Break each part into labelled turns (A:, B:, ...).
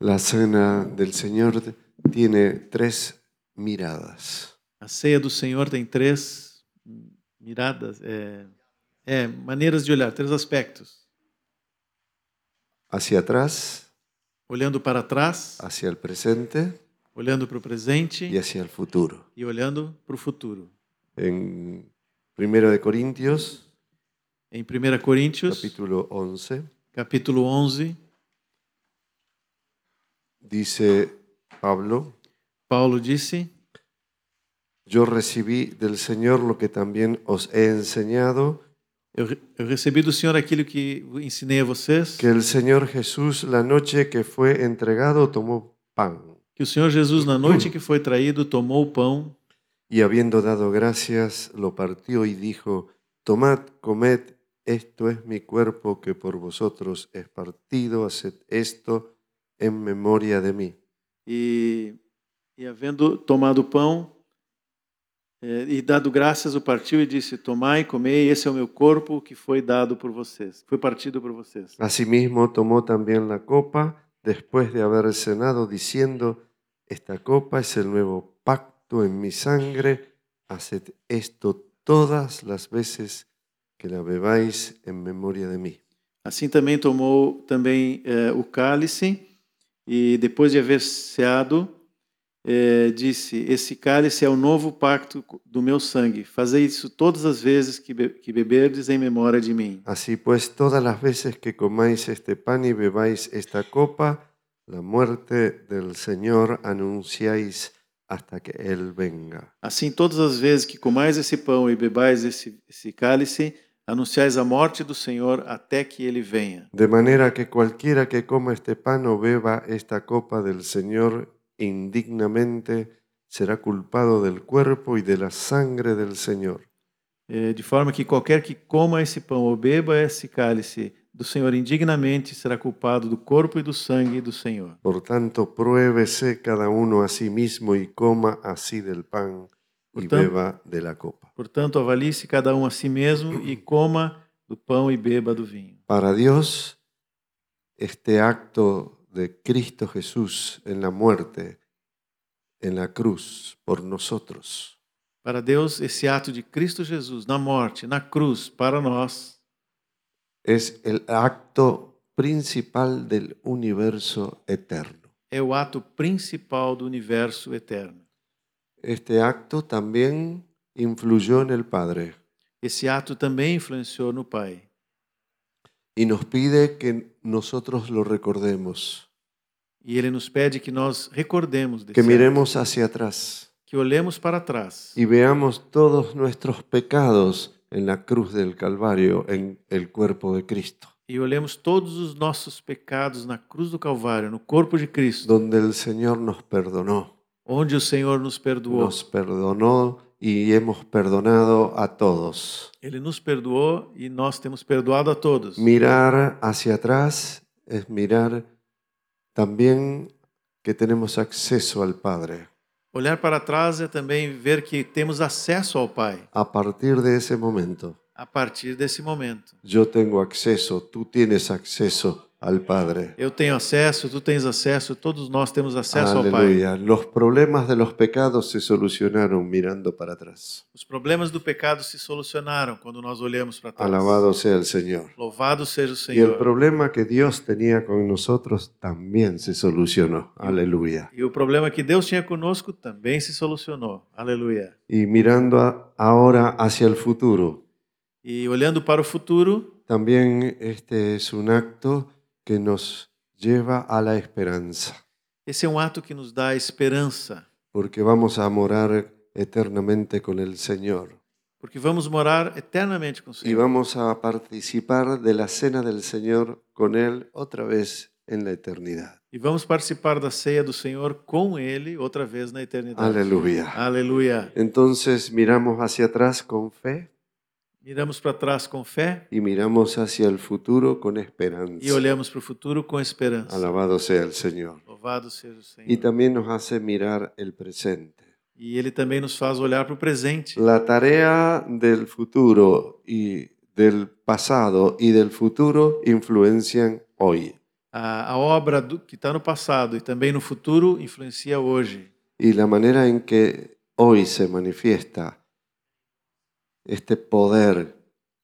A: La cena del Señor tiene tres miradas.
B: A ceia do Senhor tem três miradas, é, é, maneiras de olhar, três aspectos.
A: Hacia atrás,
B: Olhando para trás,
A: hacia el presente
B: olhando para o presente
A: y hacia el futuro.
B: e olhando para o futuro.
A: En 1 de Corintios,
B: Em 1 Coríntios,
A: capítulo 11,
B: capítulo 11,
A: dice Pablo,
B: Paulo disse:
A: yo recibí del Señor lo que también os he enseñado,
B: eu, re- eu recebi do Senhor aquilo que ensinei a vocês,
A: que el Señor Jesús la noche que fue entregado tomó pan
B: que o Senhor Jesus, na noite em que foi traído, tomou o pão
A: y habiendo dado gracias, lo partió y dijo, tomad, comed, esto es mi cuerpo que por vosotros es partido, haced esto en memoria de mí.
B: e, e havendo tomado o pão eh, e dado graças, o partiu e disse: Tomai, comei, esse é o meu corpo que foi dado por vocês, foi partido por vocês.
A: Asimismo tomó también la copa después de haber cenado, diciendo, esta copa es el nuevo pacto en mi sangre, haced esto todas las veces que la bebáis en memoria de mí.
B: Assim também tomou também eh, o cálice e depois de haver ceado eh, disse: Esse cálice é o novo pacto do meu sangue. Fazei isso todas as vezes que, be que beberdes em memória de mim.
A: Así pues, todas las veces que comáis este pan y bebáis esta copa, la muerte del Señor anunciáis hasta que Él venga.
B: Assim, todas as vezes que comais esse pão e bebais esse, esse cálice, anunciais a morte do Senhor até que ele venha.
A: De manera que cualquiera que coma este pan o beba esta copa del Señor indignamente será culpado del cuerpo y de la sangre del Señor.
B: Eh, De forma que qualquer que coma esse pão ou beba esse cálice do Senhor indignamente será culpado do corpo e do sangue do Senhor.
A: Por tanto, pruébese cada uno a sí mismo y coma así del pan
B: Por
A: y
B: tanto-
A: beba de la copa.
B: Portanto, avalie-se cada um a si mesmo e coma do pão e beba do vinho.
A: Para Dios, este acto de Cristo Jesús en la muerte, en la cruz, por nosotros,
B: Para Deus, esse ato de Cristo Jesus na morte, na cruz, para nós,
A: es el acto principal del universo eterno.
B: é o ato principal do universo eterno.
A: Este acto también influyó en el Padre
B: Esse ato também influenciou no Pai
A: y nos pide que nosotros lo recordemos,
B: e ele nos pede que nós recordemos desse
A: que
B: ato,
A: miremos hacia atrás
B: que olhemos para trás
A: y veamos todos nuestros pecados en la cruz del Calvario, en el cuerpo de Cristo.
B: e olhemos todos os nossos pecados na cruz do Calvário, no corpo de Cristo,
A: donde el Señor nos perdonó.
B: onde o Senhor nos perdoou.
A: Nos perdonó y hemos perdonado a todos.
B: Ele nos perdoou e nós temos perdoado a todos.
A: Mirar hacia atrás es mirar también que tenemos acceso al Padre.
B: Olhar para trás é também ver que temos acesso ao Pai
A: A partir de ese momento,
B: a partir desse momento.
A: yo tengo acceso, tú tienes acceso al Padre.
B: Eu tenho acesso, tu tens acesso, todos nós temos acesso ao Pai.
A: Aleluya. Los problemas de los pecados se solucionaron mirando para atrás.
B: Os problemas do pecado se solucionaram quando nós olhamos para trás.
A: Alabado sea el Señor.
B: Louvado seja o
A: Y el
B: Senhor.
A: problema que Dios tenía con nosotros también se solucionó. Aleluya.
B: E o problema é que Deus tinha conosco também se solucionou. Aleluia.
A: Y mirando a- ahora hacia el futuro,
B: E olhando para o futuro,
A: también este es un acto que nos lleva a la esperanza,
B: esse é um ato que nos dá esperança,
A: porque vamos a morar eternamente con el Señor
B: porque vamos morar eternamente com
A: y
B: o Senhor.
A: vamos a participar de la cena del Señor con Él otra vez en la eternidad.
B: E vamos participar da ceia do Senhor com Ele outra vez na eternidade.
A: Aleluya.
B: Ah. Aleluia.
A: Entonces miramos hacia atrás con fe
B: Miramos para trás com fé
A: y miramos hacia el futuro con esperanza.
B: e olhamos para o futuro com esperança.
A: Alabado sea el Señor.
B: Louvado seja o Senhor.
A: Y también nos hace mirar el presente.
B: E Ele também nos faz olhar para o presente.
A: La tarea del futuro y del pasado y del futuro influencian hoy.
B: A, a obra do, que está no passado e também no futuro influencia hoje.
A: y la manera en que hoy se manifiesta este poder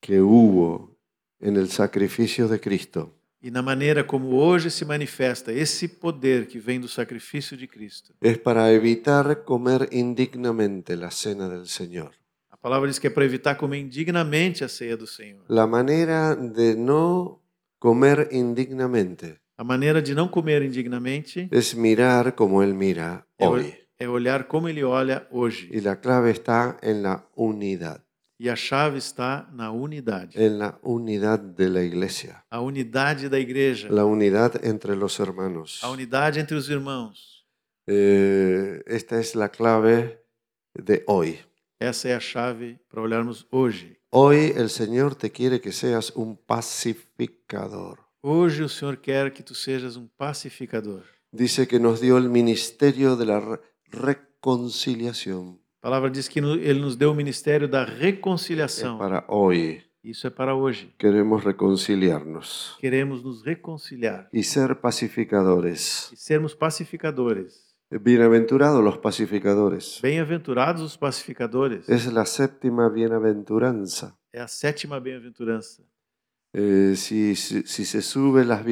A: que hubo en el sacrificio de Cristo
B: E na maneira como hoje se manifesta esse poder que vem do sacrifício de Cristo.
A: es para evitar comer indignamente la cena del Señor.
B: A palavra diz que é para evitar comer indignamente a ceia do Senhor.
A: La manera de no comer indignamente
B: A maneira de não comer indignamente
A: es mirar como Él mira
B: é, ol-
A: hoy.
B: é olhar como ele olha hoje.
A: Y la clave está en la unidad,
B: E a chave está na unidade.
A: en la unidad de la iglesia,
B: A unidade da igreja.
A: la unidad entre los hermanos.
B: A unidade entre os irmãos.
A: Eh, esta es la clave de hoy.
B: Essa é a chave para olharmos hoje.
A: Hoy el Señor te quiere que seas un pacificador.
B: Hoje o Senhor quer que tu sejas um pacificador.
A: Dice que nos dio el ministerio de la re- reconciliación
B: A palavra diz que no- ele nos deu o ministério da reconciliação.
A: É para hoy.
B: Isso é para hoje.
A: Queremos reconciliarnos
B: Queremos nos reconciliar
A: y ser pacificadores.
B: e sermos pacificadores.
A: Bienaventurados los pacificadores.
B: Bem-aventurados os pacificadores.
A: Es la séptima bienaventuranza.
B: É a sétima bem-aventurança.
A: Eh, si- si- si se sube las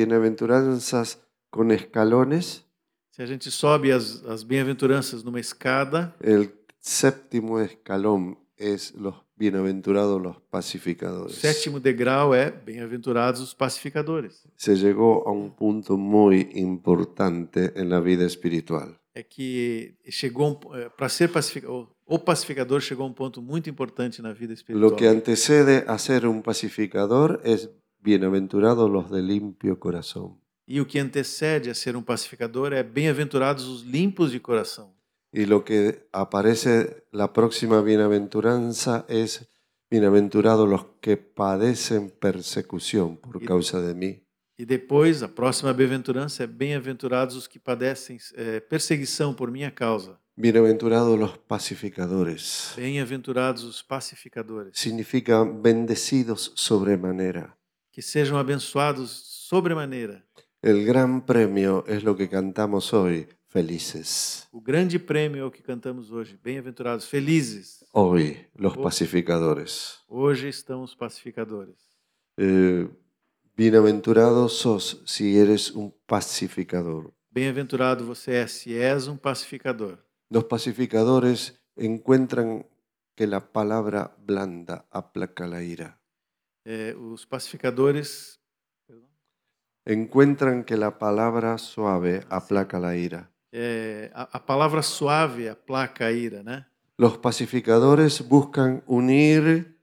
A: bienaventuranzas con escalones,
B: Se a gente sobe as, as bem-aventuranças numa escada,
A: El séptimo escalón es los bienaventurados los
B: o
A: pacificadores.
B: sétimo degrau é bem-aventurados os pacificadores.
A: Se llegó a un punto muy importante en la vida espiritual.
B: É que chegou um, para ser pacificador, o pacificador chegou a um ponto muito importante na vida espiritual.
A: Lo que antecede a ser un pacificador es bienaventurados los de limpio corazón.
B: E o que antecede a ser um pacificador é bem-aventurados os limpos de coração.
A: Y lo que aparece la próxima bienaventuranza es bienaventurados los que padecen persecución por
B: Y-
A: causa de mí.
B: E depois, a próxima bem-aventurança é bem-aventurados os que padecem eh, perseguição por minha causa.
A: Bienaventurados los pacificadores.
B: Bem-aventurados os pacificadores,
A: significa bendecidos sobremanera.
B: que sejam abençoados sobremaneira.
A: El gran premio es lo que cantamos hoy, felices.
B: O grande prêmio é o que cantamos hoje. Bem-aventurados, felizes.
A: Hoy, los pacificadores.
B: Hoje estão os pacificadores.
A: Eh, bienaventurado sos si eres un pacificador.
B: Bem-aventurado você é se és um pacificador.
A: Los pacificadores encuentran que la palabra blanda aplaca la ira.
B: Eh, os pacificadores
A: Encuentran que la palabra suave aplaca la ira.
B: É, a, a palavra suave aplaca a ira, né?
A: Los pacificadores buscan unir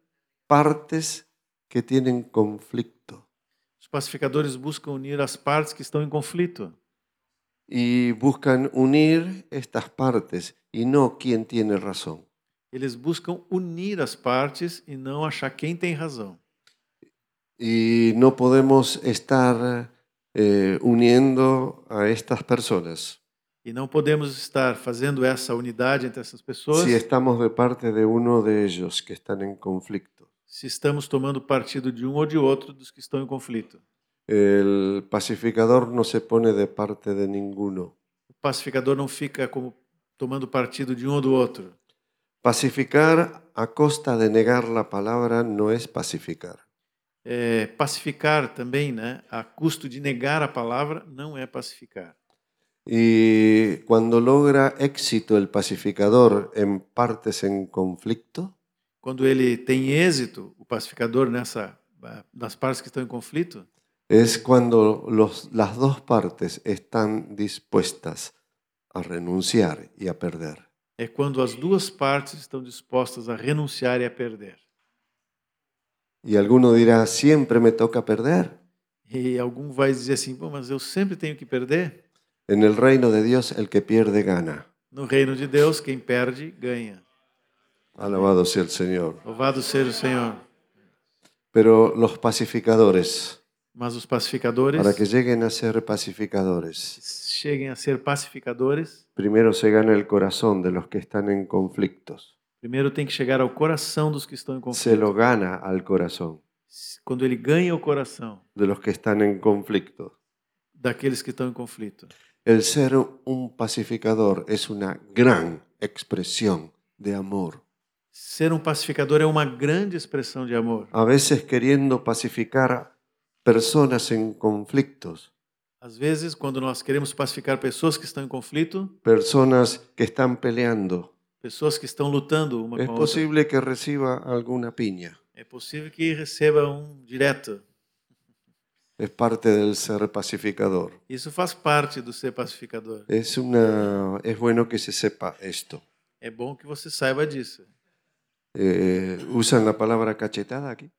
A: partes que tienen conflicto
B: Os pacificadores buscam unir as partes que estão em conflito
A: y buscan unir estas partes y no quien tiene razón.
B: eles buscam unir as partes e não achar quem tem razão.
A: Y no podemos estar eh, uniendo a estas personas
B: E não podemos estar fazendo essa unidade entre essas pessoas
A: si estamos de parte de uno de ellos que están en conflicto.
B: se estamos tomando partido de um ou de outro dos que estão em conflito.
A: El pacificador no se pone de parte de ninguno.
B: O pacificador não fica como tomando partido de um ou do outro.
A: Pacificar a costa de negar la palabra no es pacificar.
B: É, pacificar também, né? A custo de negar a palavra, não é pacificar.
A: Y cuando logra éxito el pacificador en partes en conflicto,
B: quando ele tem êxito, o pacificador nessa ah, nas partes que estão em conflito,
A: es cuando los- las dos partes están dispuestas a renunciar y a perder.
B: é quando as duas partes estão dispostas a renunciar e a perder.
A: Y alguno dirá, siempre me toca perder.
B: E algum vai dizer assim: "Pô, mas eu sempre tenho que perder".
A: En el reino de Dios el que pierde gana.
B: No reino de Deus, quem perde ganha.
A: Alabado sea el Señor.
B: Louvado seja o Senhor.
A: Pero los pacificadores,
B: Mas os pacificadores
A: para que lleguen a ser pacificadores,
B: cheguem a ser pacificadores,
A: primero se gana el corazón de los que están en conflictos.
B: primeiro tem que chegar ao coração dos que estão em
A: Se
B: conflito.
A: lo gana al corazón.
B: Quando ele ganha o coração
A: de los que están en conflicto.
B: daqueles que estão em conflito.
A: El ser un pacificador es una gran expresión de amor.
B: Ser um pacificador é uma grande expressão de amor.
A: A veces queriendo pacificar a personas en conflictos,
B: Às vezes, quando nós queremos pacificar pessoas que estão em conflito,
A: personas que están peleando,
B: pessoas que estão lutando uma
A: es
B: com a outra,
A: posible que reciba alguna piña.
B: é possível que receba um direto.
A: Es parte del ser pacificador.
B: Isso faz parte do ser pacificador.
A: Es, una, es bueno que se sepa esto.
B: É bom que você saiba disso.
A: Eh, ¿Usan la palabra cachetada aquí?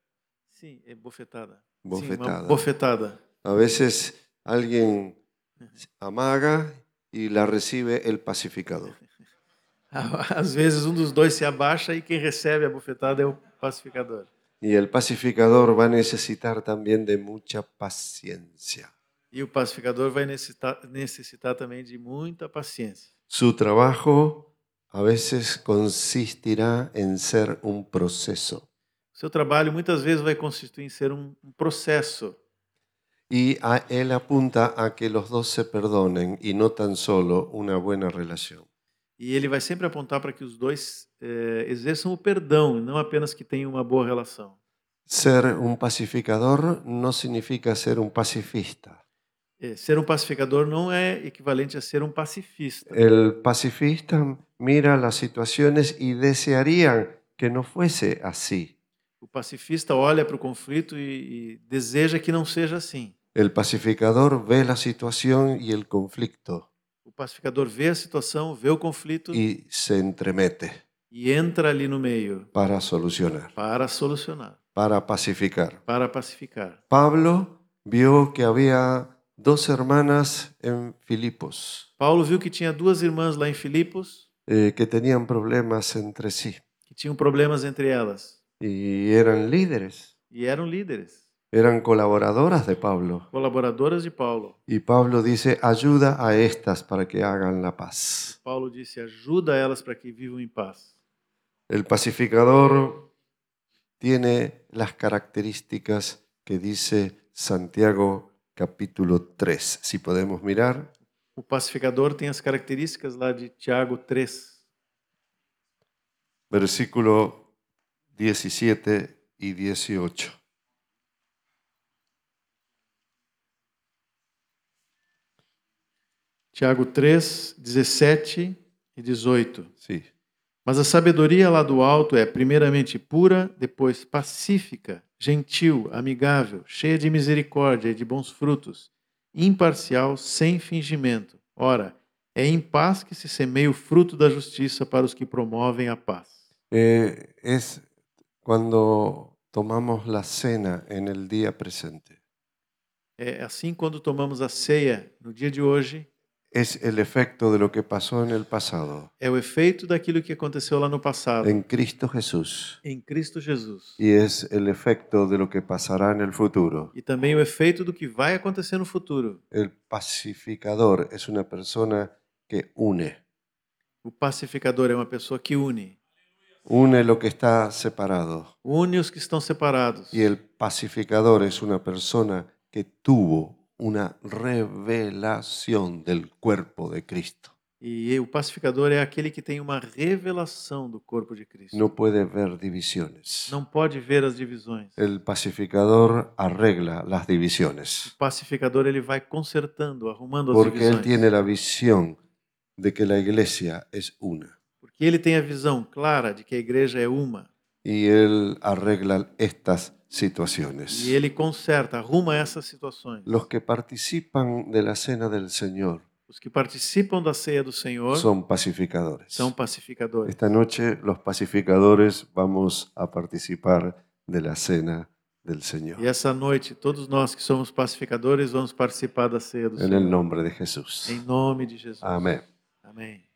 B: Sim, é bofetada. Sim, uma
A: Bofetada.
B: bofetada.
A: A veces alguien amaga y la recibe el pacificador.
B: Às vezes um dos dois se abaixa e quem recebe a bofetada é o pacificador.
A: Y el pacificador va a necesitar también de mucha paciencia.
B: E o pacificador vai necessitar, necessitar também de muita paciência.
A: Su trabajo a veces consistirá en ser un proceso.
B: O seu trabalho muitas vezes vai consistir em ser um, um processo.
A: Y a él apunta a que los dos se perdonen y no tan solo una buena relación.
B: E ele vai sempre apontar para que os dois eh, exerçam o perdão, e não apenas que tenham uma boa relação.
A: Ser un pacificador no significa ser un pacifista.
B: Eh, ser um pacificador não é equivalente a ser um pacifista.
A: El pacifista mira las situaciones y desearía que no fuese así.
B: O pacifista olha para o conflito e, e deseja que não seja assim.
A: El pacificador ve la situación y el conflicto
B: O pacificador vê a situação, vê o conflito e,
A: y se entremete
B: entra ali no meio
A: para solucionar,
B: para solucionar,
A: para pacificar.
B: para pacificar.
A: Pablo vio que había dos hermanas en Filipos
B: Paulo viu que tinha duas irmãs lá em Filipos
A: eh, que tenían problemas entre sí
B: que tinham problemas entre elas
A: y eran líderes,
B: e eram líderes,
A: eran colaboradoras de Pablo.
B: colaboradoras de Paulo.
A: Y Pablo dice, ayuda a estas para que hagan la paz.
B: Paulo disse: ajuda elas para que vivam em paz.
A: El pacificador tiene las características que dice Santiago capítulo 3. Si podemos mirar,
B: O pacificador tem as características lá de Tiago 3,
A: versículo 17 y 18.
B: Tiago 3, 17 e 18.
A: Sí.
B: Mas a sabedoria lá do alto é primeiramente pura, depois pacífica, gentil, amigável, cheia de misericórdia e de bons frutos, imparcial, sem fingimento. Ora, é em paz que se semeia o fruto da justiça para os que promovem a paz.
A: Eh, es cuando tomamos la cena en el día presente.
B: É assim quando tomamos a ceia no dia de hoje,
A: Es el efecto de lo que pasó en el pasado,
B: é o efeito daquilo que aconteceu lá no passado,
A: en Cristo Jesús.
B: em Cristo Jesus.
A: Y es el efecto de lo que pasará en el futuro.
B: E também o efeito do que vai acontecer no futuro.
A: El pacificador es una persona que une,
B: O pacificador é uma pessoa que une.
A: une lo que está separado.
B: Une os que estão separados.
A: Y el pacificador es una persona que tuvo una revelación del cuerpo de Cristo.
B: E o pacificador é aquele que tem uma revelação do corpo de Cristo.
A: No puede ver divisiones.
B: Não pode ver as divisões.
A: El pacificador arregla las divisiones
B: O pacificador ele vai consertando, arrumando as
A: porque él
B: divisões.
A: tiene la visión de que la iglesia es una
B: Porque ele tem a visão clara de que a igreja é uma.
A: y él arregla estas situaciones.
B: E ele conserta, arruma essas situações.
A: Los que participan de la cena del Señor
B: Os que participam da ceia do Senhor
A: son pacificadores.
B: são pacificadores.
A: Esta noche los pacificadores vamos a participar de la cena del Señor.
B: E essa noite, todos nós que somos pacificadores vamos participar da ceia do
A: En
B: Senhor.
A: el nombre de Jesús.
B: Em nome de Jesus.
A: Amén.
B: Amém.